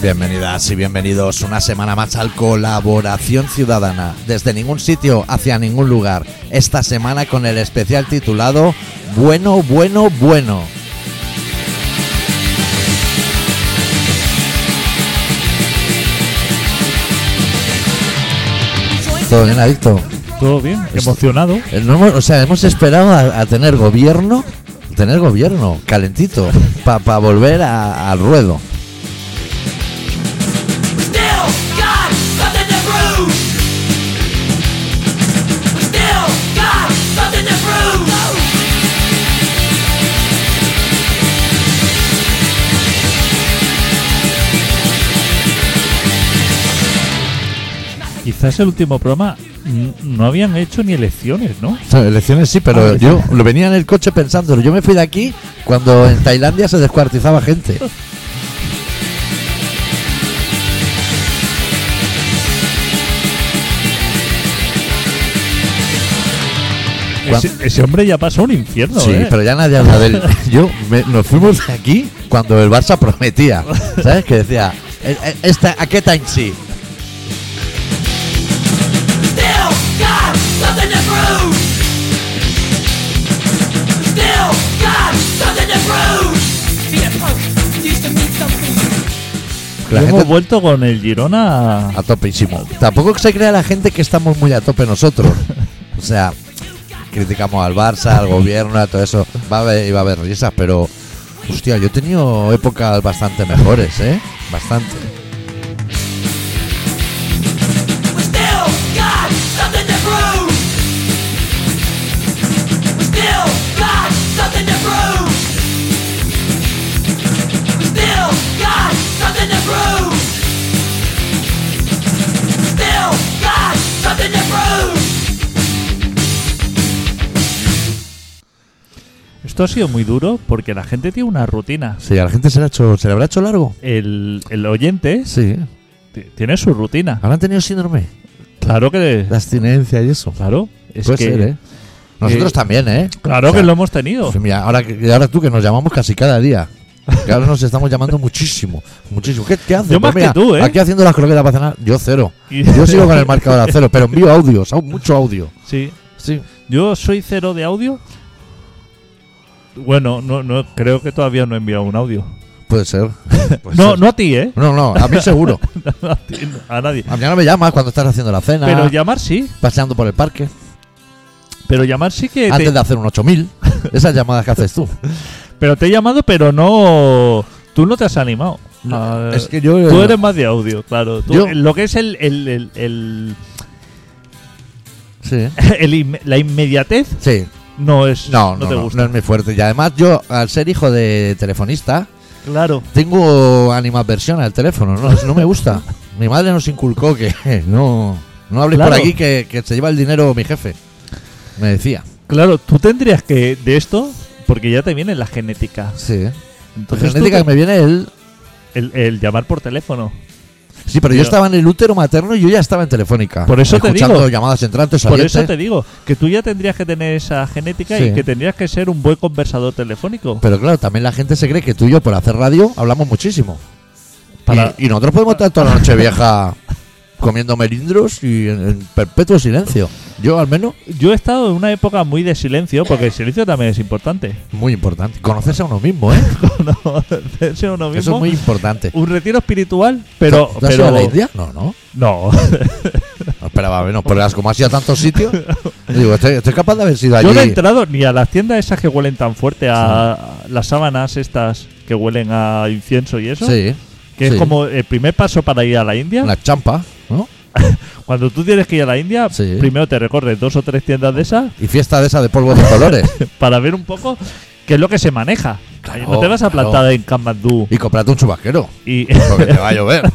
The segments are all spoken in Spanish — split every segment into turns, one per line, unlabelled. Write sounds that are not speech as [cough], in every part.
Bienvenidas y bienvenidos una semana más al Colaboración Ciudadana, desde ningún sitio hacia ningún lugar, esta semana con el especial titulado Bueno, bueno, bueno. Todo bien, adicto.
Todo bien, emocionado.
Eh, no hemos- o sea, hemos esperado a, a tener gobierno, tener gobierno calentito, para volver a- al ruedo.
Still got something to prove. We still got something to prove.
Quizás el último programa n- no habían hecho ni elecciones, ¿no?
No, elecciones sí, pero
Ah,
yo lo venía en el coche pensando. Yo me fui de aquí cuando en Tailandia se descuartizaba gente.
Ese, ese hombre ya pasó un infierno,
sí,
¿eh?
pero ya nadie habla de
[laughs]
él. Yo me- nos fuimos de aquí cuando el Barça prometía, ¿sabes? Que decía, "E- e- esta, ¿a qué time sí?
Still got something to prove. We still got something to prove. Being a punk used to mean something.
La
Y
gente
hemos vuelto con el Girona.
a topísimo. Tampoco se crea la gente que estamos muy a tope nosotros. O sea, criticamos al Barça, al gobierno, a todo eso. Va a haber, iba a haber risas, pero hostia, yo he tenido épocas bastante mejores, ¿eh? Bastante.
We still got something to prove. We still got something to prove. We still got something to prove. We still got something to prove.
Esto ha sido muy duro porque la gente tiene una rutina.
Sí, a la gente se le, ha hecho, se le habrá hecho largo.
El, el oyente
Sí.
t- tiene su rutina.
Habrán tenido síndrome
Claro que.
de abstinencia y eso.
Claro. Es
Puede
que,
ser, ¿eh? Nosotros
eh,
también, ¿eh?
Claro
O sea,
que lo hemos tenido.
pues mira, ahora, que- ahora tú que nos llamamos casi cada día. Que ahora nos estamos llamando muchísimo. Muchísimo. ¿Qué, qué haces?
Yo más
Pues mira,
que tú, ¿eh?
Aquí haciendo las croquetas para cenar, yo cero.
Y-
Yo sigo con el marcador a cero, pero envío audios, au- mucho audio.
[laughs] Sí.
Sí.
Yo soy cero de audio. Bueno, no, no creo que todavía no he enviado un audio.
Puede ser. Puede
no,
ser.
no a ti, ¿eh?
no, no, a mí seguro.
a, ti, a nadie.
A mí no me llamas cuando estás haciendo la cena,
Pero llamar sí.
paseando por el parque,
Pero llamar sí que. te-
antes de hacer un 8000. Esas llamadas que haces tú.
Pero te he llamado, pero no. Tú no te has animado. Ah,
es que yo.
Tú eres más de audio, claro. Tú-
Yo-
Lo que es el, el- el- el- [laughs]
Sí.
el inme- la inmediatez
Sí.
no es.
No, no,
te
no,
gusta.
no es muy fuerte. Y además, yo, al ser hijo de telefonista,
Claro.
tengo animadversión al teléfono. No, no me
[laughs]
gusta. Mi madre nos inculcó que [laughs] no, no hables por
Claro.
aquí que, que se lleva el dinero mi jefe. Me decía.
Claro, tú tendrías que. De esto, porque ya te viene la genética.
Sí.
Entonces, tú
genética
te-
que me viene el,
el, el llamar por teléfono.
Sí, pero yo
Pero-
estaba en el útero materno y yo ya estaba en Telefónica.
Por eso te
escuchando
digo.
llamadas entrantes,
Por
salientes.
eso te digo que tú ya tendrías que tener esa genética
Sí.
y que tendrías que ser un buen conversador telefónico.
Pero claro, también la gente se cree que tú y yo, por hacer radio, hablamos muchísimo.
Para-
Y, y nosotros podemos estar toda la noche vieja comiendo melindros y en, en perpetuo silencio. Yo, al menos,
Yo he estado en una época muy de silencio, porque el silencio también es importante.
muy importante. Conocerse a uno mismo,
[laughs]
¿eh?
No, hacerse uno mismo.
Eso es muy importante.
Un retiro espiritual, pero.
¿Tú has ido
pero
a la India? No, no. [laughs]
No.
No esperaba menos. Pero las- como has ido a tantos
[laughs]
sitios, digo, estoy, estoy capaz de haber sido allí.
Yo no he entrado ni a las tiendas esas que huelen tan fuerte, a las sábanas estas que huelen a incienso y eso.
sí,
Que
sí.
es como el primer paso para ir a la India.
una champa, ¿no?
Cuando tú tienes que ir a la India,
Sí.
primero te recorres dos
[laughs]
o tres tiendas de esas [laughs]
Y fiesta de esa de polvo de colores.
para ver un poco qué es lo que se maneja. Ahí
Claro,
no te vas a
claro.
plantar en Kathmandú
Y comprate un chubasquero,
y [laughs]
porque te va a llover.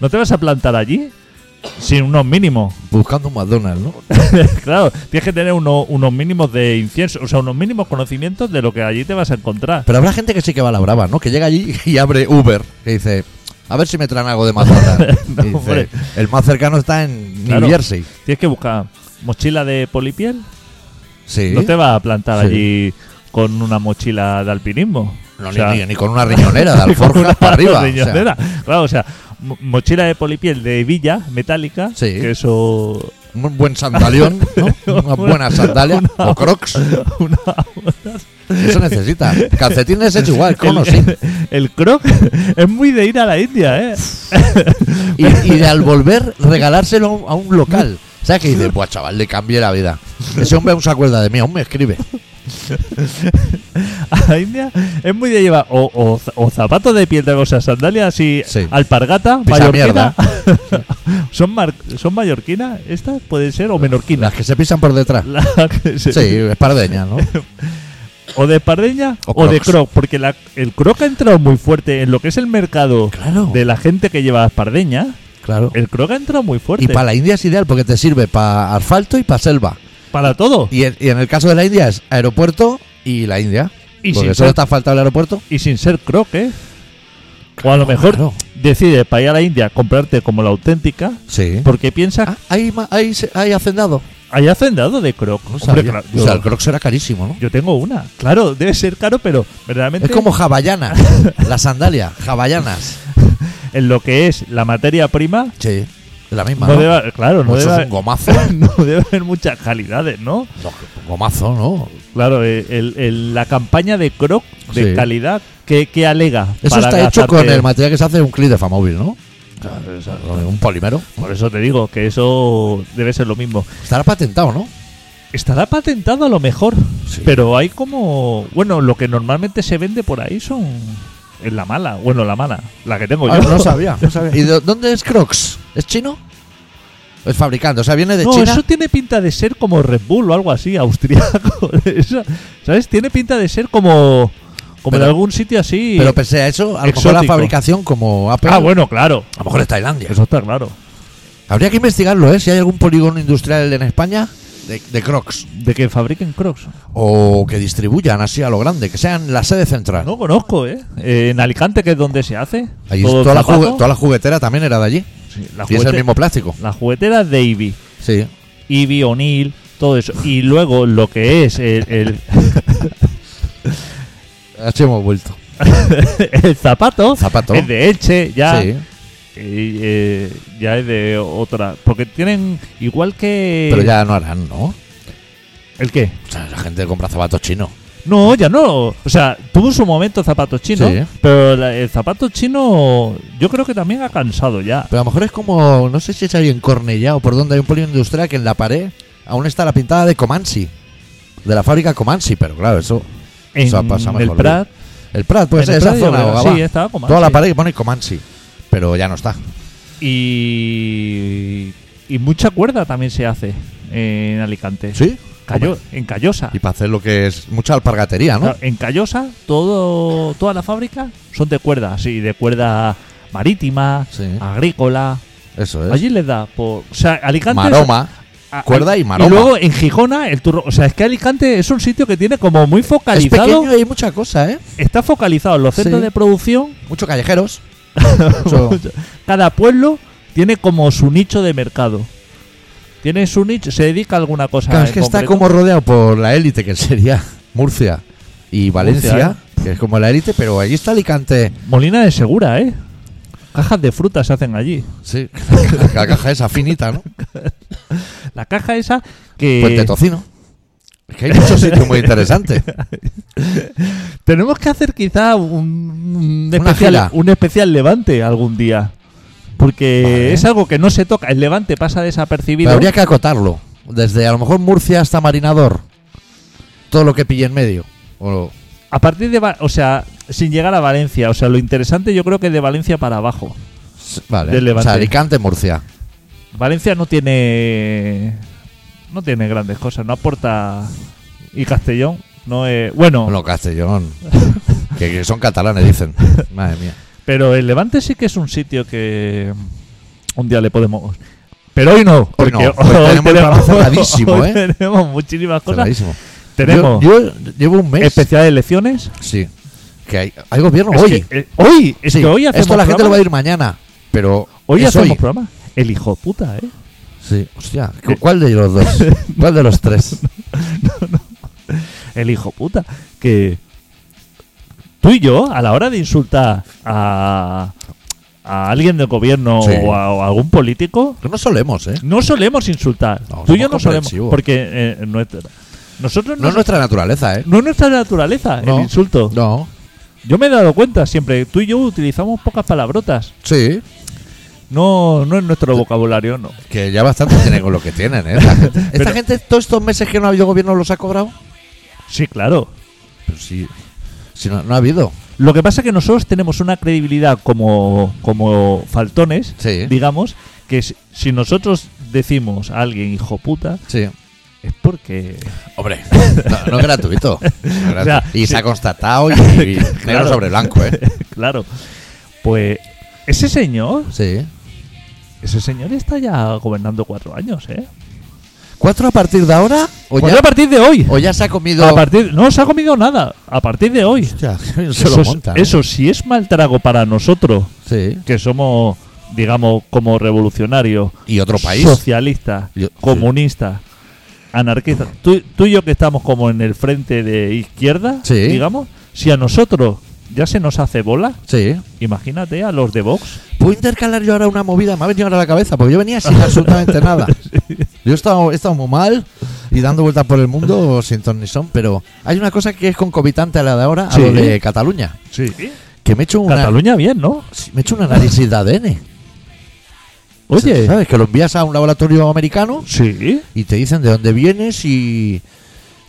no te vas a plantar allí sin unos mínimos.
Buscando un McDonald's, ¿no?
claro, tienes que tener uno- unos mínimos de incienso, o sea, unos mínimos conocimientos de lo que allí te vas a encontrar.
Pero habrá gente que sí que va a la brava, ¿no? Que llega allí y abre Uber, que dice, a ver si me traen algo de
[laughs]
McDonald's.
No,
Y dice,
hombre.
el más cercano está en
Claro.
New Jersey.
Tienes que buscar mochila de polipiel.
Sí.
No te vas a plantar
¿Eh? Sí.
allí con una mochila de alpinismo.
No,
O
ni-
sea, [laughs]
ni, ni con una riñonera de
con una
alforjas para arriba. o sea.
riñonera. Claro, o sea, mo- mochila de polipiel de villa metálica.
Sí.
Que eso.
un buen
[laughs]
sandalión, ¿no? Unas buenas sandalias o crocs.
una-
Eso necesita. Calcetines hecho igual, con o
[laughs] el,
sin.
el croc [laughs] es muy de ir a la India, ¿eh?
Y, y de al volver regalárselo a un- a un local. ¿Sabes qué
[laughs]
dices? Buah, chaval, le cambié la vida. Ese hombre aún se acuerda de mí, aún me escribe.
[laughs] A la India es muy de llevar o, o za- o zapatos de piel de cosa, sandalias y
Sí.
alpargata,
Pisa
mallorquina. [laughs] ¿Son, mar- ¿Son mallorquina estas? ¿Pueden ser? ¿O menorquina? [laughs]
Las que se pisan por detrás.
La que se-
Sí, espardeña, ¿no?
O de pardeña
O
o, de
Crocs.
croc, porque la- el croc ha entrado muy fuerte en lo que es el
[laughs]
mercado
Claro.
de la gente que lleva pardeña.
Claro.
El croc ha entrado muy fuerte.
Y para la India es ideal porque te sirve para asfalto y para selva.
Para todo.
Y en, y en el caso de la India es aeropuerto y la India.
Y
porque
sin
solo
ser-
te ha faltado el aeropuerto.
Y sin ser croc, ¿eh? O a lo mejor
claro.
decides para ir a la India comprarte como la auténtica,
Sí.
porque piensas,
Ah, hay, ma- hay, se- hay hacendado.
hay hacendado de croc. Hombre,
Sabía.
claro,
o
yo,
sea, el Crocs era carísimo, ¿no?
yo tengo una. Claro, debe ser caro, pero verdaderamente
Es como jaballanas, [laughs] la sandalia, jaballanas.
en lo que es la materia prima,
Sí, es la misma.
no
¿no?
debe, claro, no
Pues eso
debe,
es un gomazo.
[laughs]
[laughs]
no debe haber muchas calidades, ¿no?
No, un gomazo, ¿no?
Claro, eh, el- el- la campaña de Croc de
Sí.
calidad que, que alega.
Eso
para
está hecho
gastarte-
con el material que se hace de un clip de Famóvil, ¿no?
Claro, eso-
Un polímero.
Por eso te digo que eso debe ser lo mismo.
Estará patentado, ¿no?
Estará patentado a lo mejor,
Sí.
pero hay como. Bueno, lo que normalmente se vende por ahí son. Es la mala, bueno, la mala, la que tengo
Ah,
yo.
no sabía, no
[laughs]
sabía. [laughs] ¿Y de dónde es Crocs? ¿Es chino? Es fabricante, o sea, viene de
No,
China.
eso tiene pinta de ser como Red Bull o algo así, [laughs] austriaco. Eso, ¿Sabes? Tiene pinta de ser como. Como
Pero-
de algún sitio así.
Pero pese a eso, a lo mejor
Exótico.
la fabricación como Apple,
ah, bueno, claro.
a lo mejor es Tailandia.
Eso está claro.
Habría que investigarlo, ¿eh? Si hay algún polígono industrial en España de, de Crocs.
De que fabriquen Crocs.
O que distribuyan así a lo grande, que sean la sede central.
No conozco, ¿eh? Eh, En Alicante, que es donde se hace.
Allí
todo el
toda, la
zapato.
jugue- toda la juguetera también era de allí.
Sí, la
y es el
juguete-
mismo plástico.
la juguetera es de Ivy.
Sí.
Ivy, O'Neill, todo eso. Y luego lo que es el, el- [laughs]
Así hemos vuelto.
el zapato,
Zapato.
es de Elche, ya.
Sí.
Y, eh, ya es de otra. Porque tienen igual que.
Pero ya no harán, ¿no?
¿El qué?
O sea, la gente compra zapatos chinos.
No, ya no. O sea, tuvo su momento zapato chino.
Sí.
Pero la- el zapato chino, yo creo que también ha cansado ya.
Pero a lo mejor es como, no sé si es ahí en Cornellá o por donde hay un polígono industrial que en la pared aún está la pintada de Comansi. De la fábrica Comansi, pero claro, eso.
En
eso pasa mejor,
el
¿no?
Prat.
El Prat, pues
en el
esa
Prat, yo
zona.
creo,
Ogaba.
Sí, estaba como
Toda la
así.
pared que pone Comansi. Pero ya no está.
Y, y mucha cuerda también se hace en Alicante.
¿Sí?
Cayo-
Hombre.
en Callosa.
Y para hacer lo que es mucha alpargatería, ¿no?
Claro, en Callosa, todo, toda la fábrica son de cuerda, sí, de cuerda marítima,
Sí.
agrícola.
Eso es.
Allí les da por. O sea, Alicante. es-
Maroma.
a-
cuerda y maroma.
Y luego en Gijona, el turro. O sea, es que Alicante es un sitio que tiene como muy
Es pequeño
focalizado.
y hay mucha cosa, ¿eh?
Está focalizado en los centros
Sí.
de producción.
Muchos
[laughs]
callejeros. Mucho-
Cada pueblo tiene como su nicho de mercado. Tiene su nicho, se dedica a alguna cosa.
Claro, es
en
que está
concreto.
como rodeado por la élite, que sería Murcia y Valencia,
Murcia, ¿eh?
que es como la élite, pero allí está Alicante.
Molina de Segura, ¿eh? Cajas de frutas se hacen allí.
[laughs] Sí, la caja esa finita, ¿no?
La caja esa que.
Puente Tocino. Es que hay muchos sitios muy interesantes.
[laughs] Tenemos que hacer quizá un, un
Una
especial,
gira.
un especial Levante algún día. Porque
Vale.
es algo que no se toca. El Levante pasa desapercibido.
Pero habría que acotarlo. Desde a lo mejor Murcia hasta Marinador. Todo lo que pille en medio. O-
A partir de. Va- O sea, sin llegar a Valencia. O sea, lo interesante yo creo que de Valencia para abajo.
vale.
Del
O sea,
Levante.
Alicante, Murcia.
Valencia no tiene. No tiene grandes cosas. No aporta. Y Castellón. No es. Bueno, [laughs]
Bueno, Castellón. Que, que son catalanes, dicen. Madre mía.
Pero el Levante sí que es un sitio que un día le podemos. Pero [laughs] hoy no, porque
no, hoy tenemos el programa cerradísimo,
[laughs] hoy
¿eh?
tenemos muchísimas cosas.
Cerradísimo.
Tenemos
Yo, yo llevo un mes.
especial de elecciones.
Sí. Que hay, hay gobierno
Es
hoy.
que, eh, hoy, es
Sí,
que hoy hacemos
Esto la gente lo
programa.
va a ir mañana. Pero.
Hoy
es
hacemos programa. El hijo puta, ¿eh?
Sí, hostia. ¿cu- ¿Cuál de los [laughs] dos? ¿Cuál de los tres?
El hijo puta. Que tú y yo, a la hora de insultar a, a alguien del gobierno
Sí.
o a- o a algún político,
[laughs] No solemos, ¿eh?
No solemos insultar.
No,
Tú y yo
somos
no solemos.
comprensivos.
Porque eh, nuestra- nosotros
No
no,
es nuestra naturaleza, ¿eh?
no es nuestra naturaleza
No.
el insulto.
No.
Yo me he dado cuenta siempre. Tú y yo utilizamos pocas palabrotas.
Sí.
No, no es nuestro vocabulario, no.
Que ya bastante tienen con lo que tienen, ¿eh? Esta [laughs] gente, esta
Pero-
gente todos estos meses que no ha habido gobierno los ha cobrado.
Sí, claro.
Pero Pues sí. Si no, no ha habido.
Lo que pasa es que nosotros tenemos una credibilidad como, como faltones,
Sí.
digamos, que si, si nosotros decimos a alguien hijo puta,
Sí.
es porque... [laughs]
[laughs] Hombre, no, no es [laughs] gratuito. No es gratuito.
O sea,
y
sí.
se ha [laughs] constatado y, y negro
Claro.
sobre blanco, ¿eh?
claro. Pues ese señor,
Sí.
ese señor está ya gobernando cuatro años, ¿eh?
¿Cuatro a partir de ahora? ¿O,
Pues
ya,
a partir de hoy.
o ya se ha comido?
A partir, no se ha comido nada. A partir de hoy.
Hostia, [laughs] se
eso,
lo
es-
monta. ¿eh?
eso sí es mal trago para nosotros,
Sí.
que somos, digamos, como revolucionarios,
¿Y otro país?
socialistas,
Yo-
comunistas, anarquistas. Tú, tú y yo que estamos como en el frente de izquierda,
Sí.
digamos, si a nosotros ya se nos hace bola,
Sí.
imagínate a los de Vox.
¿Puedo intercalar yo ahora una movida? Me ha venido ahora a la cabeza, porque yo venía
[laughs]
sin absolutamente nada. Yo he estado, he estado muy mal y dando vueltas por el mundo sin ton ni son, pero hay una cosa que es concomitante a la de ahora, a
Sí.
lo de Cataluña.
Sí.
Que me he hecho una,
Cataluña bien, ¿no?
sí, me he hecho un análisis de ADN.
Oye.
¿Sabes? Que lo envías a un laboratorio americano
Sí.
y te dicen de dónde vienes y,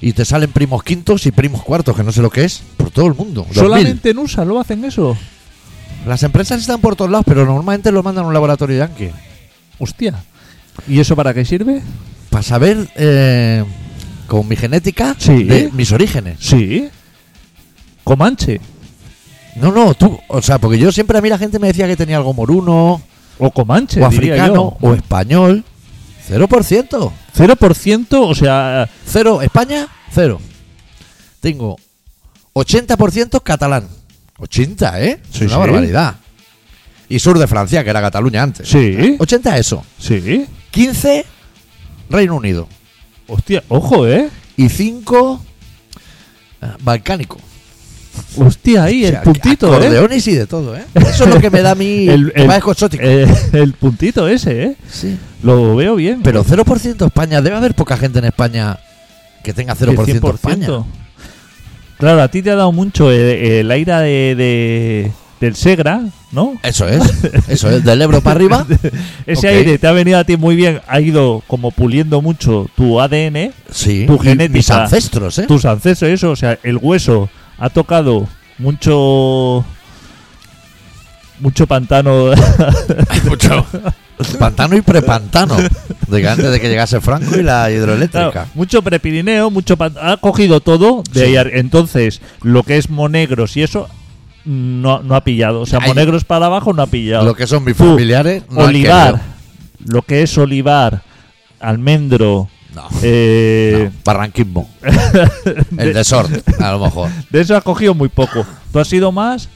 y te salen primos quintos y primos cuartos, que no sé lo que es, por todo el mundo. Los mil.
Solamente en USA lo hacen eso.
Las empresas están por todos lados, pero normalmente lo mandan a un laboratorio yankee.
Hostia. ¿Y eso para qué sirve?
para saber eh, con mi genética
Sí.
de mis orígenes.
Sí. Comanche.
No, no, tú, o sea, porque yo siempre a mí la gente me decía que tenía algo moruno,
O Comanche,
o
diría
africano,
yo.
o español. 0%.
0%, o sea,
Cero, España, cero. Tengo 80% catalán. 80, ¿eh? Es
Sí,
una
sí.
barbaridad. Y sur de Francia, que era Cataluña antes.
sí,
80 eso.
sí.
15, Reino Unido.
Hostia, ojo, ¿eh?
Y 5, eh, balcánico.
Hostia, ahí,
O
el
sea,
puntito, ¿eh?
acordeones y de todo, ¿eh? Eso es lo que me da a mí.
[laughs] El-
que
el-
parezco exótico.
Eh, [laughs] el puntito ese, ¿eh?
Sí.
Lo veo bien.
Pero 0% España. Debe haber poca gente en España que tenga 0%
El 100%.
España.
Claro, a ti te ha dado mucho el, el aire de, de- del Segra, ¿no? [laughs]
Eso es. Eso es. Del Ebro para arriba.
Ese
Ok.
aire te ha venido a ti muy bien, ha ido como puliendo mucho tu ADN,
Sí.
Tu
y
genética.
Mis ancestros, ¿eh?
tus ancestros, eso, o sea, el hueso ha tocado mucho mucho pantano [laughs]
[laughs] Mucho. Pantano y prepantano. De que antes de que llegase Franco y la hidroeléctrica.
claro, mucho prepirineo, mucho pan- ha cogido todo de
Sí.
ahí ar- entonces lo que es monegros y eso no, no ha pillado, o sea,
Ahí-
monegros para abajo no ha pillado.
Lo que son mis
Tú,
familiares. No han
olivar,
querido.
lo que es olivar, almendro,
No.
eh,
no,
[laughs]
Barranquismo. El desorden, a lo mejor.
de eso ha cogido muy poco. Tú has sido más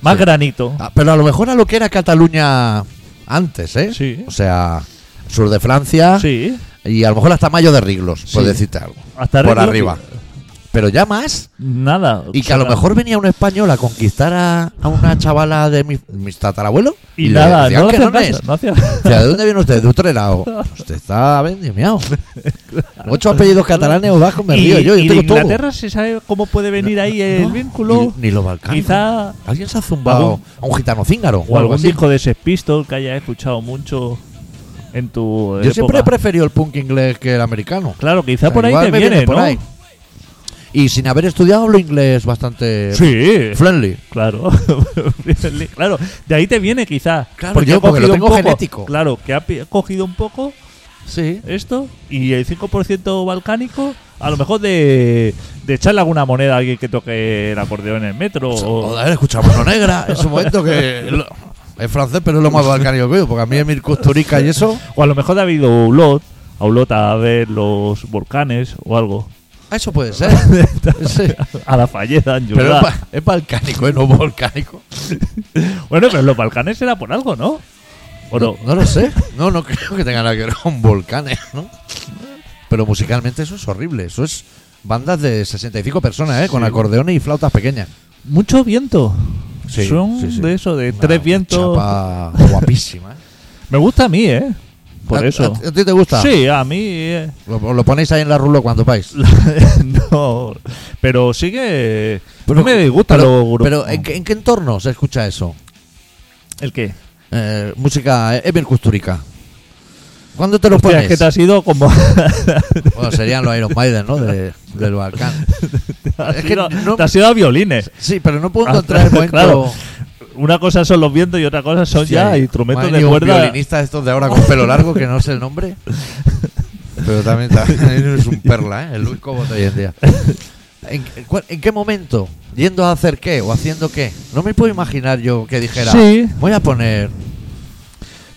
más
Sí.
granito.
Ah, Pero a lo mejor a lo que era Cataluña antes, ¿eh?
Sí.
O sea, sur de Francia
Sí.
y a lo mejor hasta Mayo de Riglos, por
Sí.
decirte algo.
Hasta
por
Riglos-
arriba. Pero ya más.
Nada.
Y que a lo
será-
mejor venía un español a conquistar a, a una chavala de mis, mis tatarabuelos.
Y,
le
nada,
decían
no
que
hacía
no es.
caso, no hacía-
O sea, ¿de dónde viene usted? De Utrera.
[laughs]
o- Usted está vendimiado. Ocho apellidos catalanes o bajo [laughs] me río
y,
yo.
y
Yo
de
tengo todo.
Inglaterra se sabe cómo puede venir ahí el
No,
vínculo.
Ni, ni los Balcanes.
Quizá
Alguien se ha zumbado
algún-
a un gitano cíngaro
o
o algo
algún
así.
disco de Sex Pistols que hayas escuchado mucho en tu
Yo
época.
siempre he preferido el punk inglés que el americano.
Claro, quizá
O sea,
por ahí
igual
te
me
viene,
por
¿no?
ahí. Y sin haber estudiado hablo inglés bastante
Sí.
friendly.
Claro, [laughs] claro, de ahí te viene quizá.
Claro, yo,
ha
porque lo
cogido
tengo
un poco-
genético.
Claro, que ha pi- cogido un poco
Sí.
esto y el 5% balcánico a lo mejor de, de echarle alguna moneda a alguien que toque el acordeón en el metro.
O
o-
de haber escuchado Mano Negra en su momento que. lo- es francés, pero es lo más balcánico que yo, porque a mí Emir Costurica y eso.
O a lo mejor ha ido a Ulot, a Ulot a ver los volcanes o algo.
Ah, eso puede ser. [laughs] Sí.
A la falleza, en
Pero es,
Lloreda.
ba- es balcánico, ¿eh? No volcánico.
Bueno, pero los volcanes era por algo, ¿no? ¿O no?
No lo sé. No, no creo que tenga nada que ver con volcanes, ¿no? Pero musicalmente eso es horrible. Eso es bandas de 65 personas, ¿eh? Con acordeones y flautas pequeñas.
Mucho viento.
Sí,
Son
sí, sí.
de eso, de
Una
Eh, tres vientos. [laughs]
Chapa guapísima. ¿eh?
Me gusta a mí, ¿eh? Por
¿A-
eso.
¿A, a ti Ah, te gusta?
Sí, a mí.
[laughs]
eh,
Lo, lo ponéis ahí en la rulo cuando vais.
no. Pero sí que.
Pero-
no me gusta
Pero,
lo grupo.
pero ¿en, qué, en qué entorno se escucha eso?
¿El qué?
Eh, música Emir Custurica. ¿Cuándo te lo
Hostia, es
pones?
que te has ido como. [laughs]
Bueno, serían los Iron Maiden, ¿no? De, del
[laughs]
Balcán.
te, has
Es que
ido,
no-
te has ido a violines.
Sí, pero no puedo
Ah,
encontrar el momento.
[laughs] claro. Una cosa son los vientos y otra cosa son ya
eh,
instrumentos de cuerda.
violinista de estos de ahora con pelo largo, que no sé el
[laughs]
nombre. Pero también, también es un perla, ¿eh? El Luis Cobos de hoy en día. ¿En, en cuál- en qué momento? ¿Yendo a hacer qué o haciendo qué? No me puedo imaginar yo que dijera,
Sí.
voy a poner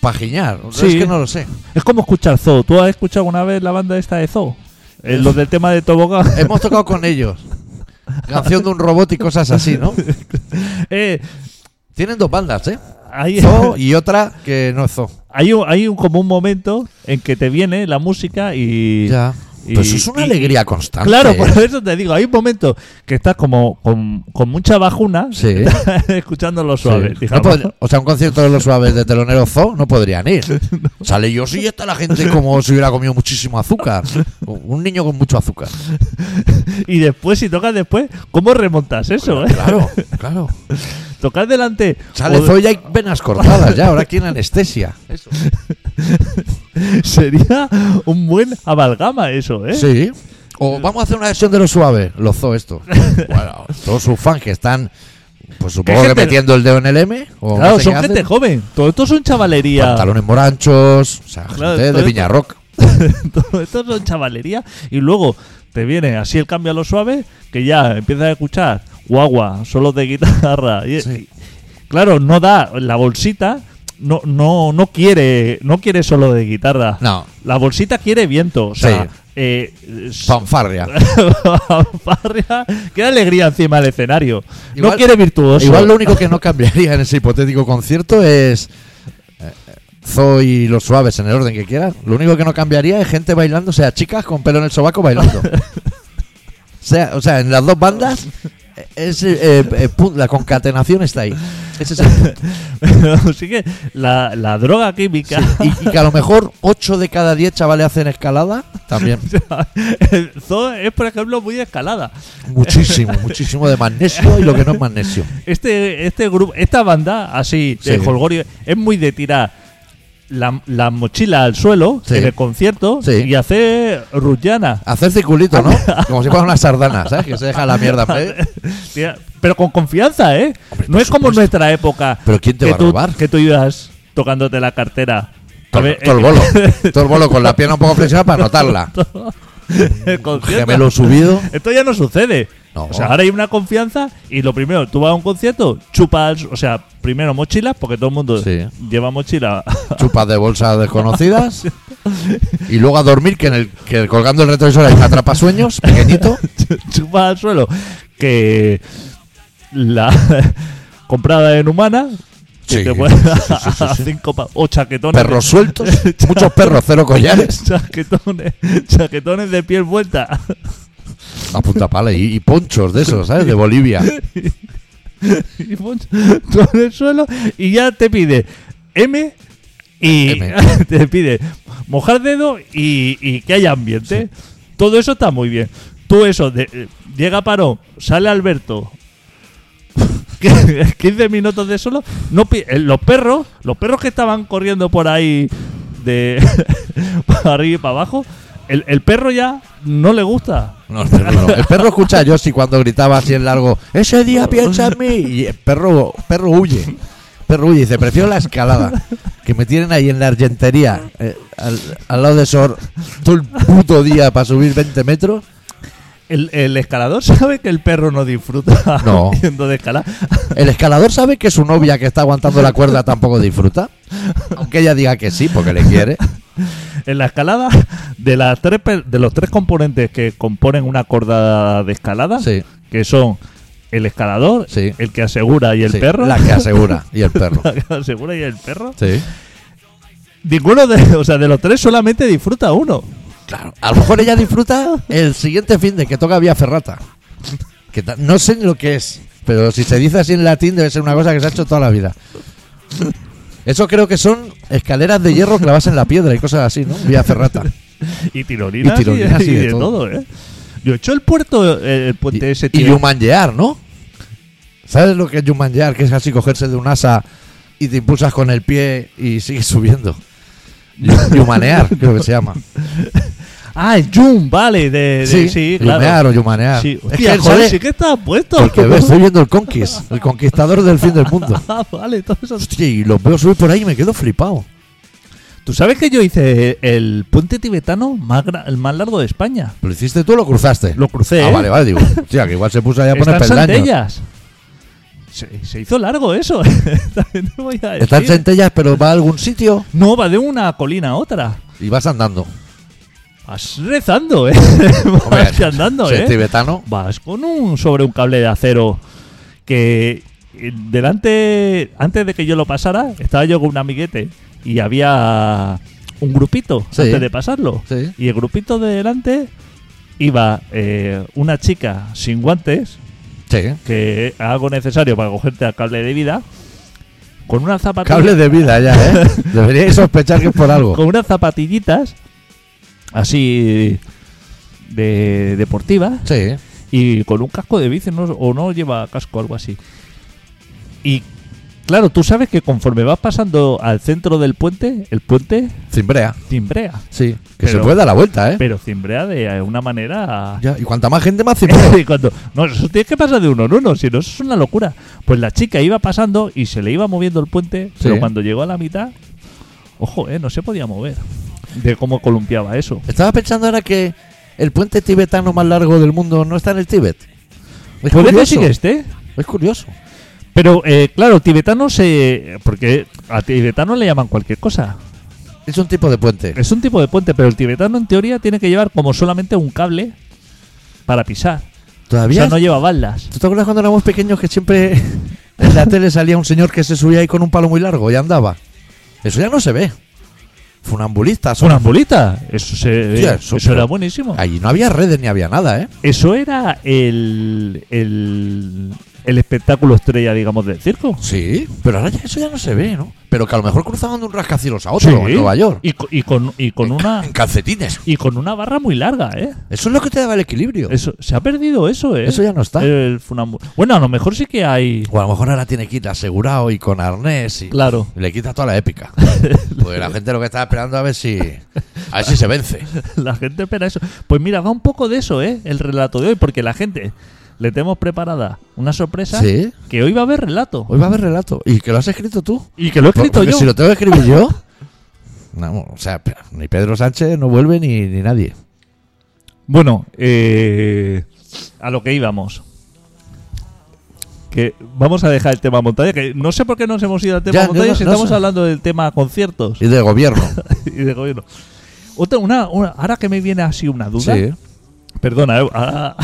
pajiñar. O sea,
Sí.
Es que no lo sé.
Es como escuchar Zoo. ¿Tú has escuchado alguna vez la banda esta de Zoo? Eh, los del tema de Tobogán.
Hemos tocado con ellos. Canción de un robot y cosas así, ¿no?
[laughs] Eh,
Tienen dos bandas, ¿eh?
hay,
Zoo y otra que no es Zoo.
[laughs] hay, un, hay un como un momento en que te viene la música y.
Ya.
y-
Pero eso es una
y-
alegría constante.
Claro, [laughs]
¿eh?
por eso te digo, hay un momento que estás como con, con mucha bajuna, [laughs]
Sí.
escuchando lo
Sí.
suave.
No
digamos.
podri- o sea, un concierto de los suaves de telonero zoo no podrían
[laughs]
ir. Sale yo sí y está la gente como si hubiera comido muchísimo azúcar. Un niño con mucho azúcar.
Y después, si tocas después, ¿cómo remontas eso? Eh?
Claro, claro.
Tocar delante.
Sale
o-
zoo y hay venas cortadas ya. Ahora quieren anestesia. Eso.
sería un buen amalgama eso, ¿eh?
Sí. O vamos a hacer una versión de los suaves, los zoo esto. Bueno, todos sus fans que están, pues supongo que
gente-
metiendo el dedo en el M. O
Claro,
no sé
son
qué
gente
hacen. Pues
joven. Todo esto son chavalería.
Pantalones moranchos, o sea, gente
Claro, todo
de
esto-
Viña Rock.
[laughs] Todo esto son chavalería. Y luego te viene así el cambio a lo suave, que ya empiezas a escuchar guagua, solos de guitarra. Y,
Sí.
y- claro, no da la bolsita. No, no, no quiere, no quiere solo de guitarra.
No.
La bolsita quiere viento. O sea,
Sí.
eh, [laughs] s-
Fanfarria.
fanfarria, Qué alegría encima del escenario. no
Igual-
quiere virtuoso.
Igual lo único que no cambiaría en ese hipotético concierto es eh, Zoo y los suaves en el orden que quieras. Lo único que no cambiaría es gente bailando, o sea, chicas con pelo en el sobaco bailando. o, sea, o sea, en las dos bandas eh, es, eh, eh, pu- la concatenación está ahí. Ese es el punto.
[laughs] Así que la, la droga química. [laughs]
Y, y que a lo mejor 8 de cada 10 chavales hacen escalada también.
el zoo es, por ejemplo, muy de escalada.
Muchísimo, muchísimo de magnesio y lo que no es magnesio.
Este, este grupo, esta banda así de
Sí.
jolgorio es muy de tirar la, la mochila al suelo
Sí.
en el concierto
Sí.
y hacer rullana.
Hacer circulito, ¿no? Como si fuera una sardana, ¿sabes? ¿eh? Que se deja la mierda. en medio.
Tira- Pero con confianza, ¿eh?
Hombre,
no
por
es como en
supuesto.
nuestra época.
Pero ¿quién te
que
va a
tú-
robar?
Que tú ibas tocándote la cartera. A
Todo,
ver,
todo el
eh, [laughs]
[laughs] bolo. todo el bolo con la pierna un poco flexionada para notarla.
el concierto.
Gemelo subido.
Esto ya no sucede.
No.
O sea, ahora hay una confianza y lo primero, tú vas a un concierto, chupas, o sea, primero mochilas, porque todo el mundo
Sí.
lleva mochila.
Chupas de bolsas desconocidas. Y luego a dormir, que, en el, que colgando el retrovisor hay un atrapasueños [laughs] pequeñito.
[laughs] chupas al suelo. Que la [laughs] comprada en humana, que
Sí,
te
sí,
puede
sí, sí, sí,
a
sí.
cinco pa- o chaquetones. de-
Perros sueltos. Muchos perros, cero collares.
[laughs] Chaquetones, chaquetones de piel vuelta.
A punta pala. Y, y ponchos de esos, ¿sabes? De Bolivia.
y [laughs] pones todo en el suelo y ya te pide M y
M.
[laughs] te pide mojar dedo y, y que haya ambiente. Todo eso está muy bien. Tú eso, de- eh, llega Parón, sale Alberto. [laughs] 15 minutos de solo. No, pi- eh, los perros, los perros que estaban corriendo por ahí de [laughs] para arriba y para abajo, el, el perro ya no le gusta.
No, el, perro, no. El perro escucha a Yoshi cuando gritaba así en largo: Ese día piensa en mí. Y el perro, perro huye. El Perro huye. Dice: Prefiero la escalada. Que me tienen ahí en la argentería. eh, al, al lado de Sor. Todo el puto día para subir 20 metros.
el, el escalador [laughs] sabe que el perro no disfruta
No.
[laughs] yendo de escalar.
El escalador sabe que su novia que está aguantando la cuerda tampoco disfruta. Aunque ella diga que sí, porque le quiere.
En la escalada, de, las tres, pe- de los tres componentes que componen una cuerda de escalada,
Sí.
que son el escalador,
Sí.
el que asegura y el
Sí,
perro.
La que asegura. Y el perro.
[laughs] la que asegura y el perro.
Sí.
Ninguno de, o sea, de los tres solamente disfruta uno.
Claro. A lo mejor ella disfruta el siguiente fin de que toca Vía Ferrata. Que ta- no sé ni lo que es, pero si se dice así en latín debe ser una cosa que se ha hecho toda la vida. Eso creo que son escaleras de hierro clavadas en la piedra y cosas así, ¿no? Vía Ferrata.
Y tirolinas,
Y tirolinas
y,
y de
de todo. ¿eh? Yo he hecho el puerto, el, el puente ese
Y, y
tío.
yumanjear, ¿no? ¿Sabes lo que es yumanjear? Que es así cogerse de un asa y te impulsas con el pie y sigues
[laughs]
subiendo. Yu- Yumanear, creo que se llama.
Ah, el Jun, vale, de, de- Eh, sí, claro.
yumear o yumanear.
Sí,
Es
hostia,
que,
joder,
joder,
sí que está puesto. [laughs]
Porque ve, estoy viendo el Conquist, el conquistador del fin del mundo.
Ah, vale, todo eso.
Hostia, y los veo subir por ahí y me quedo flipado.
¿Tú sabes que yo hice el puente tibetano más gra- el más largo de España?
¿Lo hiciste tú o lo cruzaste?
Lo crucé,
Ah,
¿eh?
vale, vale, digo. Hostia, que igual se puso allá a poner
Está en
peldaños.
Centellas. Se, se hizo largo eso. [laughs] ¿eh? También te voy a decir.
Está en centellas, pero va a algún sitio
No, va de una colina a otra.
y vas
[laughs]
andando.
Vas rezando, ¿eh? [laughs]
Hombre,
Vas andando,
si
¿eh?
es tibetano.
vas con un sobre un cable de acero que eh, delante antes de que yo lo pasara estaba yo con un amiguete y había un grupito
Sí.
antes de pasarlo
Sí.
y el grupito de delante iba eh, una chica sin guantes
Sí.
que es algo necesario para cogerte al cable de vida con unas zapatillas
Cable de vida ya,
[laughs]
¿eh? Deberíais sospechar que es por algo.
con unas zapatillitas así de deportivas
Sí.
y con un casco de bici no- o no lleva casco algo así. Y claro, tú sabes que conforme vas pasando al centro del puente, el puente
Cimbrea.
cimbrea,
Sí. Que se
Pero-
puede dar la vuelta, ¿eh?
pero cimbrea de una manera
Ya, Y cuanta más gente, más
[laughs]
cimbrea.
y cuando no eso tienes que pasar de uno en uno, si no eso es una locura. Pues la chica iba pasando y se le iba moviendo el puente, pero cuando llegó a la mitad, ojo, eh, no se podía mover. De cómo columpiaba eso.
Estaba pensando ahora que el puente tibetano más largo del mundo no está en el Tíbet. Es
Puede que
curioso.
sí que esté,
Es curioso.
Pero eh, claro, tibetano se. Porque a tibetano le llaman cualquier cosa.
Es un tipo de puente.
Es un tipo de puente, pero el tibetano en teoría tiene que llevar como solamente un cable para pisar. O
Todavía.
sea, no lleva baldas.
¿Tú te acuerdas cuando éramos pequeños que [laughs] siempre en la tele salía un señor que se subía ahí con un palo muy largo y andaba? Eso ya no se ve. Funambulistas. son-
Sonambulita. Eso, se,
Hostia, eso-
eso era buenísimo.
Allí no había redes ni había nada, ¿eh?
Eso era el, el, el espectáculo estrella, digamos, del circo.
Sí, pero ahora ya eso ya no se ve, ¿no? Pero que a lo mejor cruzaban de un rascacielos a otro en Nueva York.
Y, co- y con, y con
en,
una.
en calcetines.
Y con una barra muy larga, ¿eh?
Eso es lo que te daba el equilibrio.
Eso, se ha perdido eso, ¿eh?
Eso ya no está.
El funambu- Bueno, a lo mejor sí que hay.
O a lo mejor ahora tiene que ir asegurado y con arnés y
Claro.
y le quita toda la épica. [laughs] Porque la gente lo que está esperando a ver si a ver si se vence.
[laughs] La gente espera eso. Pues mira, va un poco de eso, ¿eh? El relato de hoy, porque la gente le tenemos preparada una sorpresa
Sí.
que hoy va a haber relato.
Hoy va a haber relato. ¿Y que lo has escrito tú?
Y que lo he escrito
Porque
yo.
Si lo tengo que escribir yo. no, o sea, pe- ni Pedro Sánchez no vuelve ni, ni nadie.
Bueno, eh, a lo que íbamos. Que vamos a dejar el tema montaña, que no sé por qué nos hemos ido al tema
Ya, yo
montaña
no-
si
no
estamos
sé.
hablando del tema conciertos
Y de gobierno.
[laughs] y de gobierno. Otra, una, una- ahora que me viene así una duda.
sí.
Perdona, eh, ahora-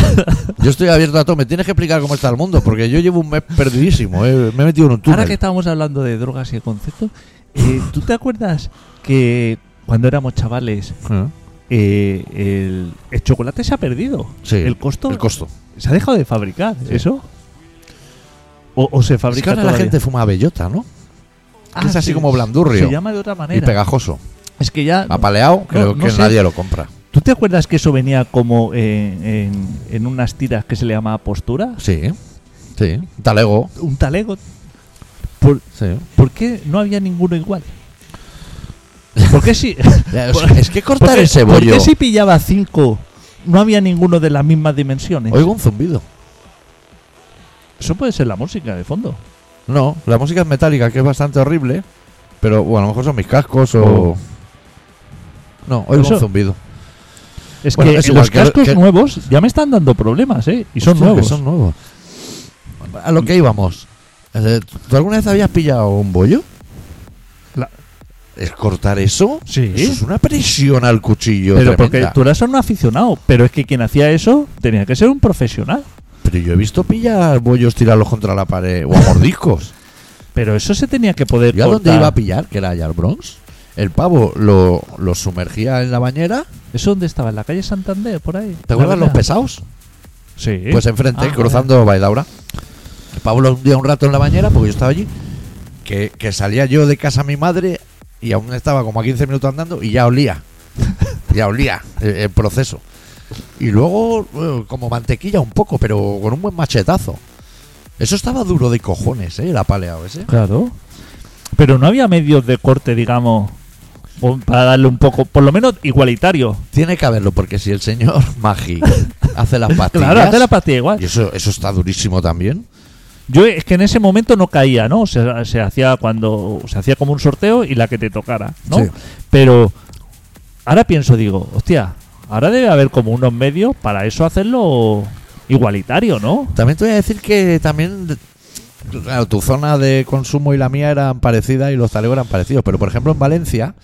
Yo estoy abierto a todo. Me tienes que explicar cómo está el mundo. Porque yo llevo un mes perdidísimo. eh. Me he metido en un túnel.
Ahora que estábamos hablando de drogas y de conceptos, eh, ¿tú te acuerdas que cuando éramos chavales
Eh,
eh, el, el chocolate se ha perdido?
Sí.
El costo
El costo.
se ha dejado de fabricar,
Sí.
¿eso? O, o se
Es que
fabrica
ahora la
todavía?
gente fuma bellota, ¿no?
Ah,
es así
sí,
como blandurrio.
Se llama de otra
Y
manera.
pegajoso.
Es que ya.
Apaleado, creo
no
que
sé.
nadie lo compra.
¿Tú te acuerdas que eso venía como en, en- en unas tiras que se le llama postura?
Sí. Sí. Talego.
Un talego.
Sí.
¿Por qué no había ninguno igual? ¿Por
[laughs]
qué sí?
Ya, o sea, es que cortar
Pues eh, Porque-
ese
¿Por
bollo.
qué si pillaba cinco no había ninguno de las mismas dimensiones?
Oigo un zumbido.
Eso puede ser la música de fondo.
No, la música es metálica, que es bastante horrible. Pero bueno, a lo mejor son mis cascos o.
Oh.
No, oigo
Eso-
un zumbido.
Es
Bueno,
que
es
en
igual
los
que-
cascos
que-
nuevos ya me están dando problemas, ¿eh? Y son
Hostia, que
nuevos.
son nuevos. A lo que íbamos. Eh, ¿Tú alguna vez habías pillado un bollo?
La-
¿Es cortar eso?
Sí.
Eso es una presión al cuchillo.
Pero porque
tremenda.
tú eras un aficionado, pero es que quien hacía eso tenía que ser un profesional.
Pero yo he visto pillar bollos tirarlos contra la pared o a
[laughs]
mordiscos.
Pero eso se tenía que poder
¿Y a dónde
cortar.
iba a pillar? Que era allá al Bronx. El pavo lo, lo sumergía en la bañera.
¿Eso dónde estaba? ¿En la calle Santander, por ahí?
¿Te acuerdas
La
los
avenida.
pesados?
Sí.
Pues enfrente,
Ah,
cruzando Bailaura. El pavo lo hundía un rato en la bañera porque yo estaba allí. Que, que salía yo de casa a mi madre y aún estaba como a 15 minutos andando y ya
[laughs]
olía. ya olía el, el proceso. Y luego eh, como mantequilla un poco, pero con un buen machetazo. Eso estaba duro de cojones, ¿eh? El apaleado ese.
Claro. Pero no había medios de corte, digamos, o para darle un poco, por lo menos igualitario.
Tiene que haberlo, porque si el señor [laughs] Magi hace las pastillas.
Claro, hacer la pastilla igual.
Y eso, eso está durísimo también.
Yo es que en ese momento no caía, ¿no? Se, se hacía cuando se hacía como un sorteo y la que te tocara, ¿no?
Sí.
Pero ahora pienso, digo, hostia, ahora debe haber como unos medios para eso hacerlo igualitario, ¿no?
También te voy a decir que también. Claro, tu zona de consumo y la mía eran parecidas y los taleos eran parecidos. Pero por ejemplo, en Valencia,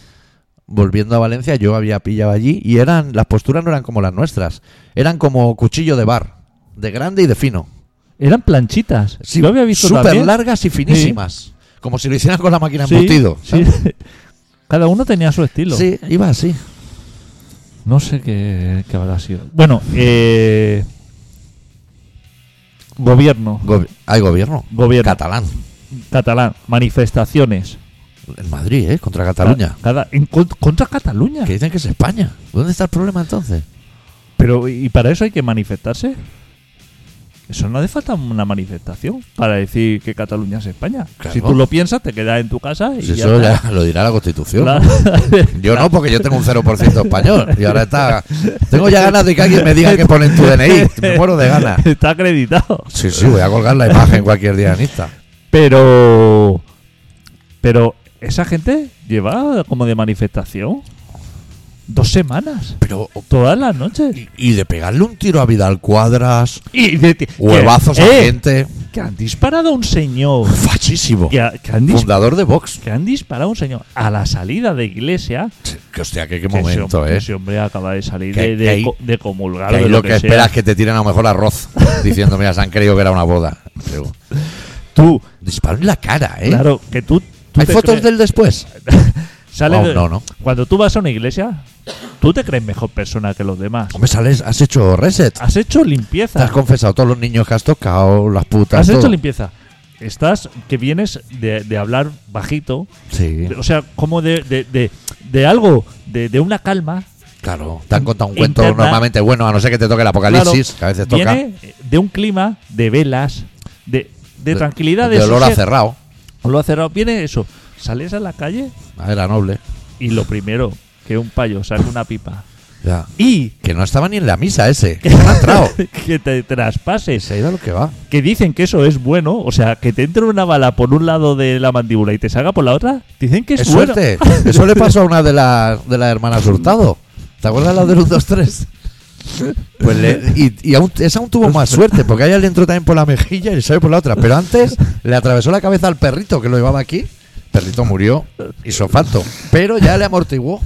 volviendo a Valencia, yo había pillado allí y eran. Las posturas no eran como las nuestras. Eran como cuchillo de bar. De grande y de fino.
Eran planchitas.
Sí,
Lo había visto
Súper
también.
largas y finísimas. Como si lo hicieran con la máquina
Sí,
embutido.
sí. [laughs] Cada uno tenía su estilo.
Sí, iba así.
No sé qué, qué habrá sido. Bueno, eh, gobierno
Gobi- Hay gobierno.
Gobierno.
Catalán.
catalán, manifestaciones.
En Madrid, ¿eh? Contra Cataluña.
Cada- en con- contra Cataluña.
Que dicen que es España. ¿Dónde está el problema entonces?
Pero ¿y para eso hay que manifestarse? Eso no hace falta una manifestación para decir que Cataluña es España.
Claro.
Si tú lo piensas, te quedas en tu casa y
Si Pues
ya
eso
[laughs] está.
ya lo dirá la Constitución.
Claro.
Yo no, porque yo tengo un 0% español. Y ahora está. Tengo ya ganas de que alguien me diga que ponen tu DNI. Me muero de ganas.
[laughs] Está acreditado.
Sí, sí, voy a colgar la imagen cualquier día en Insta.
Pero. Pero esa gente lleva como de manifestación dos semanas.
Pero.
Todas las noches.
Y, y de pegarle un tiro a Vidal Cuadras,
Y de- que-
huevazos a
eh,
gente.
Que han disparado a un señor.
Fachísimo.
Que, ha- que han dis-
Fundador de Vox.
que han disparado a un señor a la salida de iglesia.
Que hostia, que qué
Que ese
momento,
hombre-
¿eh?
ese hombre acaba de salir
Que-
de, de
que ahí-
co- de comulgar.
Que
o
ahí
de
lo
lo
que,
sea.
esperas es que te tiren a lo mejor arroz. Diciendo, mira, se han creído que era una boda. Pero-
Tú,
Disparo en la cara, ¿eh?
claro, que tú. tú
¿Hay
te
fotos
crees- Eh,
del después?
sale
No,
de-
no, no.
Cuando tú vas a una iglesia, tú te crees mejor persona que los demás.
Hombre, sales, has hecho reset.
Has hecho
Te
limpieza.
has confesado todos los niños que has tocado, las putas.
Has hecho
todo.
limpieza. Estás que vienes de, de hablar bajito,
Sí,
de- o sea, como de, de, de- de algo, de, de una calma.
claro. Te han contado un cuento
Interna-
normalmente bueno, a no ser que te toque el apocalipsis,
Claro,
que a veces toca.
Viene de un clima de velas, de, de tranquilidad, de,
de olor a
sosiego.
cerrado.
Olor a cerrado. Viene eso. Sales a la calle
A ver, a noble.
y lo primero que un payo saca una pipa
Ya.
y [laughs]
Que no estaba ni en la misa ese.
que,
Que no ha entrado.
que te traspases, ¿eh?
Se ha ido a lo que va.
que dicen que eso es bueno, o sea, que te entre una bala por un lado de la mandíbula y te salga por la otra, dicen que es,
Es
bueno.
suerte. Eso le pasó a una de las, de las hermanas Hurtado. ¿Te acuerdas la del 1, 2, 3? Pues le- y, y aún, esa aún tuvo más suerte, porque a ella le entró también por la mejilla y le salió por la otra. Pero antes le atravesó la cabeza al perrito que lo llevaba aquí. El perrito murió, hizo falto. Pero ya le amortiguó.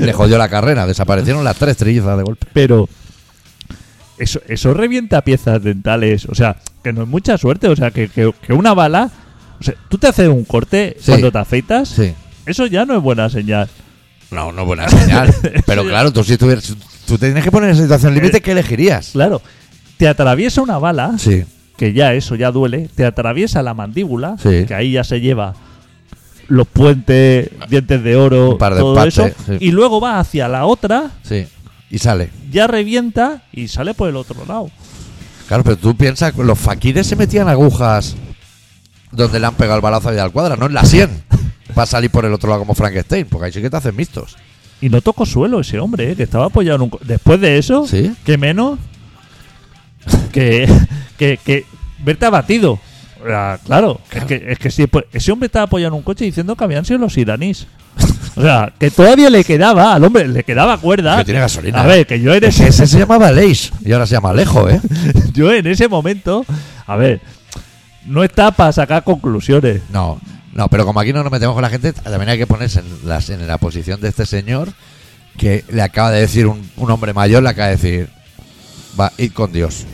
Le jodió la carrera, desaparecieron las tres trillizas de golpe.
[laughs] Pero eso, eso revienta piezas dentales, o sea, que no es mucha suerte, o sea, que, que- que una bala, o sea, tú te haces un corte
Sí.
cuando te afeitas,
Sí.
eso ya no es buena señal.
No, no buena señal. Pero claro, tú si tuvieras, tú te tienes que poner en esa situación límite, ¿qué elegirías?
Claro, te atraviesa una bala.
Sí.
que ya eso ya duele, te atraviesa la mandíbula,
Sí.
que ahí ya se lleva los puentes, dientes de oro,
Un par de
todo
empates,
eso,
sí.
y luego va hacia la otra,
Sí. Y sale.
ya revienta y sale por el otro lado.
Claro, pero tú piensas, los faquires se metían agujas donde le han pegado el balazo a Vidal Cuadra, no en la
[laughs]
100, para salir por el otro lado como Frankenstein, porque ahí sí que te hacen mixtos.
Y no tocó suelo ese hombre, eh, que estaba apoyado en un... co- Después de eso,
Sí.
que menos que, que, que verte abatido. Ah, Claro, es que, es que sí, pues, ese hombre estaba apoyado en un coche diciendo que habían sido los iraníes. O sea, que todavía le quedaba al hombre, le quedaba cuerda.
Que tiene gasolina.
A ver, que
[laughs]
yo en ese,
Ese se llamaba Leis y ahora se llama Alejo,
[laughs]
¿eh?
yo en ese momento, a ver, no está para sacar conclusiones.
No, no, pero como aquí no nos metemos con la gente, también hay que ponerse en, las- en la posición de este señor que le acaba de decir un, un hombre mayor, le acaba de decir, va, ir con
[laughs]
Dios.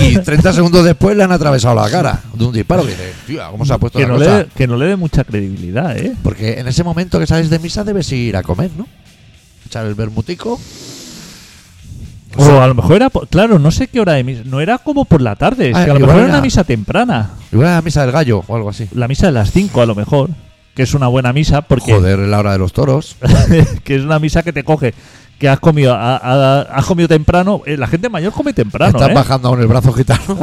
Y 30 segundos después le han atravesado la cara de un disparo. Que dice, tío, ¿cómo se ha puesto
Que
la
no,
cosa?
le, que no le dé mucha credibilidad, ¿eh?
Porque en ese momento que sales de misa debes ir a comer, ¿no? Echar el bermutico.
O a lo mejor era, por- claro, no sé qué hora de misa, no era como por la tarde, es
Ah,
que a
igual
lo mejor era
era-
una misa temprana,
Igual a la misa del gallo o algo así.
la misa de las 5 a lo mejor, que es una buena misa porque
Joder, la hora de los toros.
[laughs] que es una misa que te coge, que has comido, ha- ha- has comido temprano, eh, la gente mayor come temprano,
Estás
¿eh?
bajando con el brazo
[laughs]
gitano.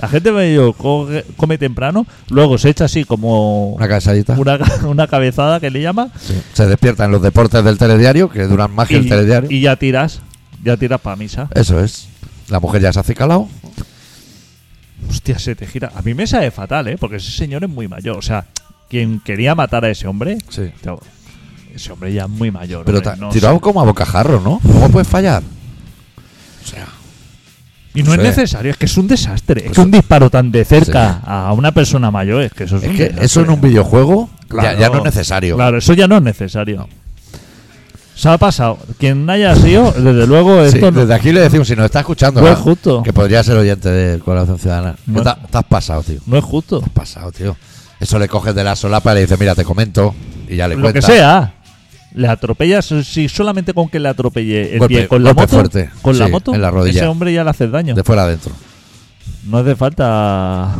la gente mayor coge- come temprano, luego se echa así como
Una casadita.
una, ca- [laughs] una cabezada que le llama
Sí. Se despiertan los deportes del telediario, que duran más que el
y,
telediario.
y ya tiras, ya tiras para misa.
Eso es. La mujer ya se hace calado.
Hostia, se te gira. A mí me sabe fatal, ¿eh? Porque ese señor es muy mayor. O sea, quien quería matar a ese hombre.
Sí.
claro, Ese hombre ya es muy mayor.
Pero
hombre,
ta-
no
tirado
sé.
como a bocajarro, ¿no? ¿Cómo puedes fallar? O sea,
Y no
Sí.
es necesario, es que es un desastre. Es
Pues-
que un disparo tan de cerca
Sí.
a una persona mayor es que eso es,
es
un
que
desastre.
eso en un videojuego ya-
Claro.
ya, no es necesario.
Claro, eso ya no es necesario. Se ha pasado. Quien haya sido, desde luego,
Sí,
esto no-
desde aquí le decimos, si nos está escuchando,
No es
¿no?
justo.
que podría ser oyente de Colaboración Ciudadana.
No es-
Está- Estás pasado, tío.
no es justo.
Pasado, tío. Eso le coges de la solapa y le dices, mira, te comento. Y ya le
Lo que
cuentas.
sea. Le atropellas, si solamente con que le atropelle el
Golpe-
pie con la
golpe
moto,
fuerte,
con la
sí,
moto,
en la rodilla.
ese hombre ya le haces daño.
De fuera adentro.
No hace falta.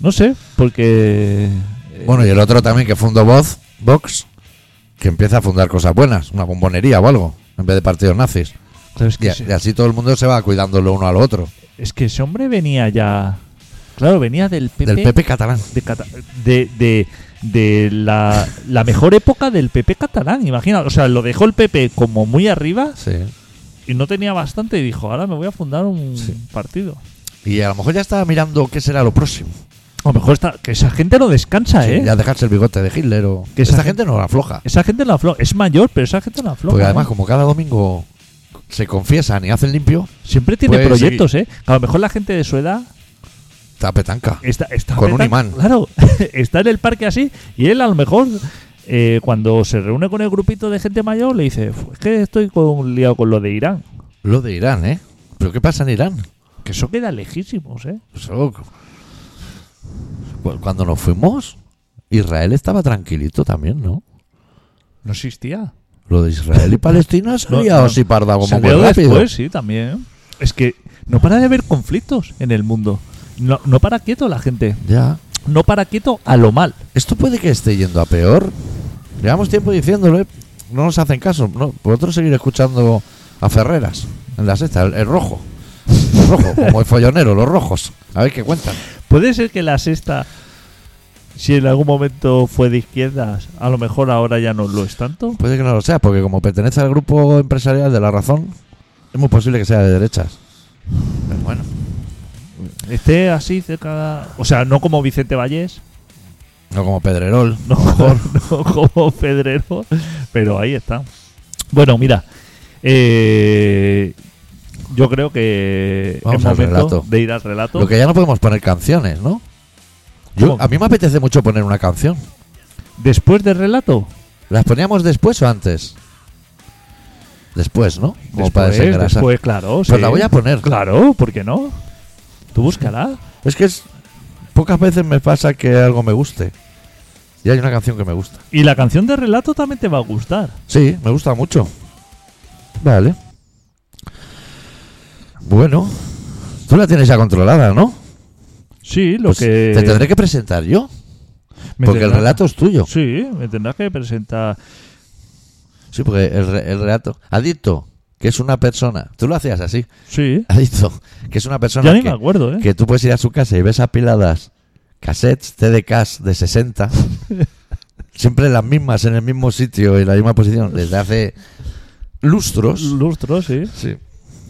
No sé, porque.
Bueno, y el otro también que fundó Voz, Vox, que empieza a fundar cosas buenas, una bombonería o algo, en vez de partidos nazis.
Claro, es, que
Y,
ese,
y así todo el mundo se va cuidando lo uno al otro.
es que ese hombre venía ya. Claro, venía del PP.
Del PP catalán.
De, cata- de, de- de la, la mejor época del PP catalán, imagina. O sea, lo dejó el PP como muy arriba
Sí.
y no tenía bastante. Y dijo, ahora me voy a fundar un
Sí.
partido.
Y a lo mejor ya estaba mirando qué será lo próximo.
A lo mejor está, que esa gente no descansa,
Sí,
¿eh?
Ya dejarse el bigote de Hitler o.
Que esa
esta
gente-
gente no la afloja.
Esa gente no afloja. Es mayor, pero esa gente no afloja.
Porque
¿eh?
además, como cada domingo se confiesan y hacen limpio,
Siempre tiene
Pues,
proyectos, ¿eh? A lo mejor la gente de su edad
está petanca.
Está, está
Con un
petan-
imán.
Claro, [laughs] está en el parque así y él a lo mejor eh, cuando se reúne con el grupito de gente mayor le dice, "Fu, es que estoy con, liado con lo de Irán.
Lo de Irán, ¿eh? ¿Pero qué pasa en Irán?
Que eso queda lejísimos, ¿eh?
Eso- Pues cuando nos fuimos, Israel estaba tranquilito también, ¿no?
No existía.
Lo de Israel
[laughs]
y Palestina se
No,
liado
no.
así parda como muy
Salió
rápido.
después, sí, también. Es que no para de haber conflictos en el mundo. No, no para quieto la gente.
Ya.
No para quieto a lo mal.
Esto puede que esté yendo a peor. Llevamos tiempo diciéndolo, ¿eh? No nos hacen caso. No, vosotros seguir escuchando a Ferreras en la sexta, el, el rojo. El rojo, como el follonero, los rojos. A ver qué cuentan.
Puede ser que la sexta, si en algún momento fue de izquierdas, a lo mejor ahora ya no lo es tanto.
Puede que no lo sea, porque como pertenece al grupo empresarial de La Razón, es muy posible que sea de derechas. Pero Pues bueno.
Esté así cerca. O sea, no como Vicente Vallés, [laughs]
No como Pedrerol.
no, no como Pedrero, pero ahí está. Bueno, mira, eh, yo creo que
Vamos
es
al
momento
relato.
de ir al relato.
Lo que ya no podemos poner canciones, ¿no? Yo,
¿Cómo?
a mí me apetece mucho poner una canción.
Después del relato,
¿Las poníamos después o antes? Después, ¿no? Como para
después,
desengrasar.
después, claro.
Pues
sí.
la voy a poner.
Claro, ¿por qué no? Tú búscala.
Es que es, pocas veces me pasa que algo me guste. Y hay una canción que me gusta.
Y la canción de relato también te va a gustar.
Sí, me gusta mucho. Vale. Bueno, tú la tienes ya controlada, ¿no?
Sí, lo
Pues
que.
Te tendré que presentar yo,
me
porque el
tendrá-
relato es tuyo.
Sí, me tendrás que presentar.
Sí, porque el, re- el relato. Adicto, que es una persona. Tú lo hacías así. [laughs]
Sí.
Adicto, que es una persona
Ya ni
que,
me acuerdo, ¿eh?
que tú puedes ir a su casa y ves apiladas cassettes, TDKs de
[laughs]
60, siempre las mismas en el mismo sitio y en la misma posición desde hace lustros.
Lustros, sí.
Sí.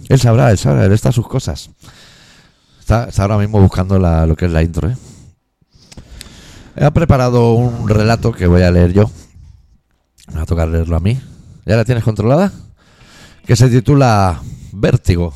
Él sabrá, él sabrá, él está a sus cosas. Está, está ahora mismo buscando la- lo que es la intro, ¿eh? He preparado un relato que voy a leer yo. Me va a tocar leerlo a mí. ¿Ya la tienes controlada? Que se titula Vértigo.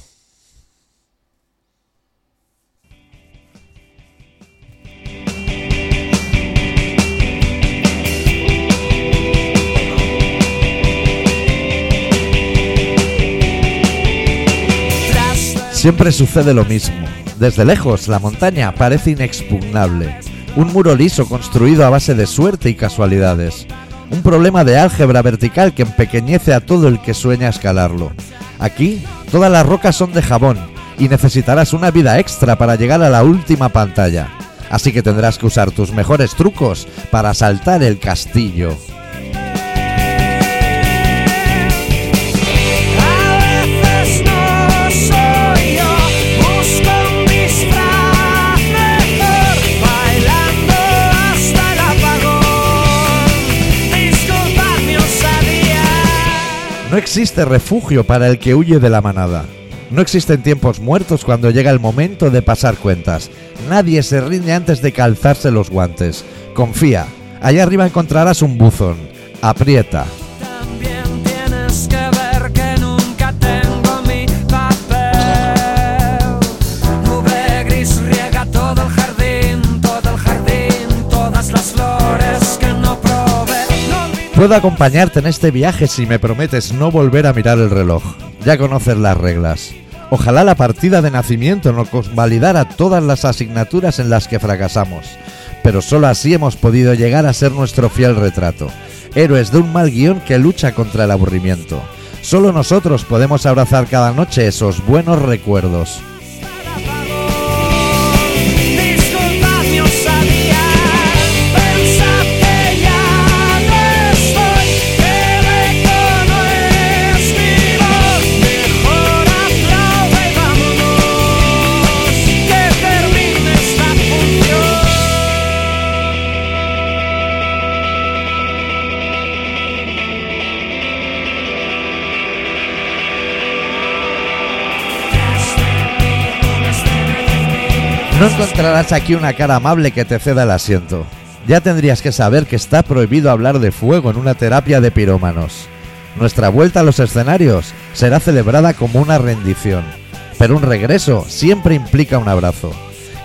Siempre sucede lo mismo. Desde lejos, la montaña parece inexpugnable. Un muro liso construido a base de suerte y casualidades. Un problema de álgebra vertical que empequeñece a todo el que sueña escalarlo. Aquí, todas las rocas son de jabón y necesitarás una vida extra para llegar a la última pantalla. Así que tendrás que usar tus mejores trucos para saltar el castillo.
A veces no soy yo, busco un disfraz bailando hasta el apagón. Disculpa mi osadía.
No existe refugio para el que huye de la manada. No existen tiempos muertos cuando llega el momento de pasar cuentas. Nadie se rinde antes de calzarse los guantes. Confía, allá arriba encontrarás un buzón. Aprieta.
También tienes que ver que nunca tengo mi papel. Nube gris riega todo el jardín, todo el jardín, todas las flores que no probé. No olvides
Puedo acompañarte en este viaje si me prometes no volver a mirar el reloj. Ya conoces las reglas. Ojalá la partida de nacimiento nos convalidara todas las asignaturas en las que fracasamos. Pero solo así hemos podido llegar a ser nuestro fiel retrato. Héroes de un mal guión que lucha contra el aburrimiento. Solo nosotros podemos abrazar cada noche esos buenos recuerdos.
Disculpa mi osadía, pensa que ya no estoy, que recono es mi voz, mejor aplauda y vámonos, que termine esta función.
No encontrarás aquí una cara amable que te ceda el asiento. Ya tendrías que saber que está prohibido hablar de fuego en una terapia de pirómanos. Nuestra vuelta a los escenarios será celebrada como una rendición, pero un regreso siempre implica un abrazo.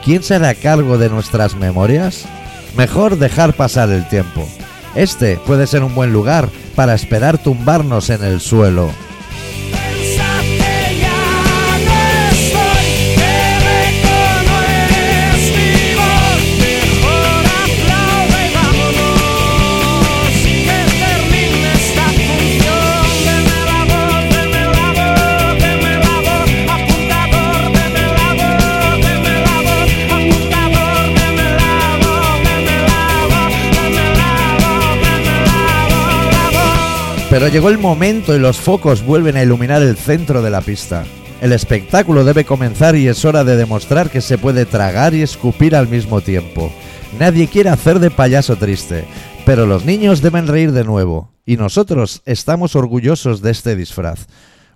¿Quién será cargo de nuestras memorias? Mejor dejar pasar el tiempo. Este puede ser un buen lugar para esperar tumbarnos en el suelo.
Pensa que ya no estoy, que recono es mi voz, mejor aplauda y vámonos, que termine esta función. Deme la voz, deme la voz, deme la voz, apuntador, deme la voz, deme la voz, apuntador, deme la voz, deme la voz, deme la voz, deme la voz, la voz.
Pero llegó el momento y los focos vuelven a iluminar el centro de la pista. El espectáculo debe comenzar y es hora de demostrar que se puede tragar y escupir al mismo tiempo. Nadie quiere hacer de payaso triste, pero los niños deben reír de nuevo, y nosotros estamos orgullosos de este disfraz.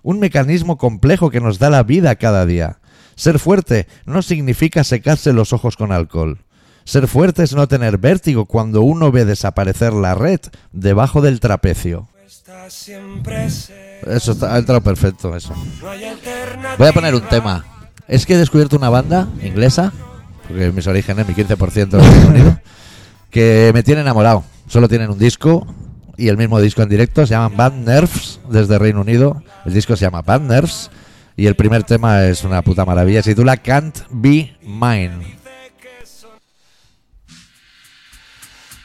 Un mecanismo complejo que nos da la vida cada día. Ser fuerte no significa secarse los ojos con alcohol. Ser fuerte es no tener vértigo cuando uno ve desaparecer la red debajo del trapecio.
Está siempre sé,
Eso está, ha entrado perfecto, eso.
no hay alternativa.
Voy a poner un tema. Es que he descubierto una banda inglesa, porque mis orígenes, mi 15% del Reino Unido, que me tiene enamorado. Solo tienen un disco y el mismo disco en directo. Se llaman Bad Nerves desde Reino Unido. El disco se llama Bad Nerves y el primer tema es una puta maravilla. Se titula Can't Be Mine.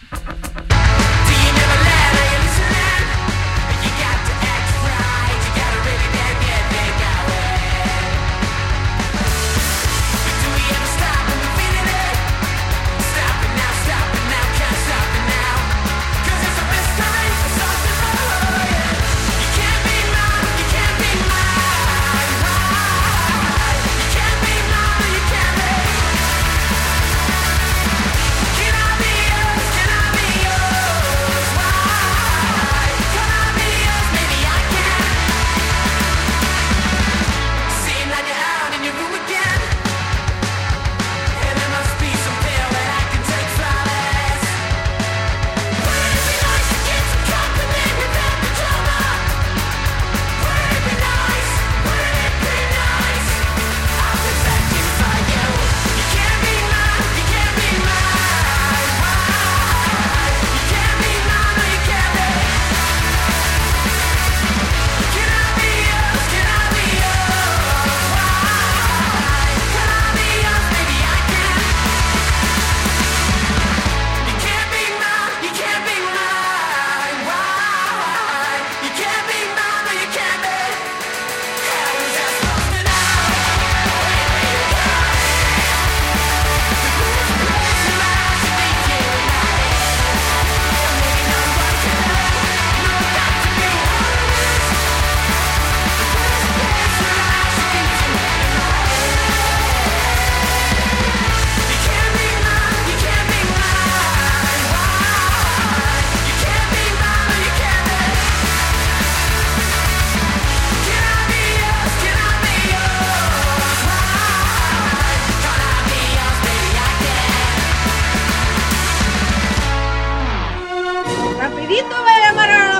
Do you never learn how you listen? You got to act right. You gotta really damn good think that way. But do we ever stop when we're feeling it? Stop it now, stop it now, can't stop it now. 'Cause it's the best time for something more. You can't be mine, you can't be mine. You can't be mine, you can't be.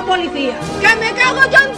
policía. ¡Que me cago yo en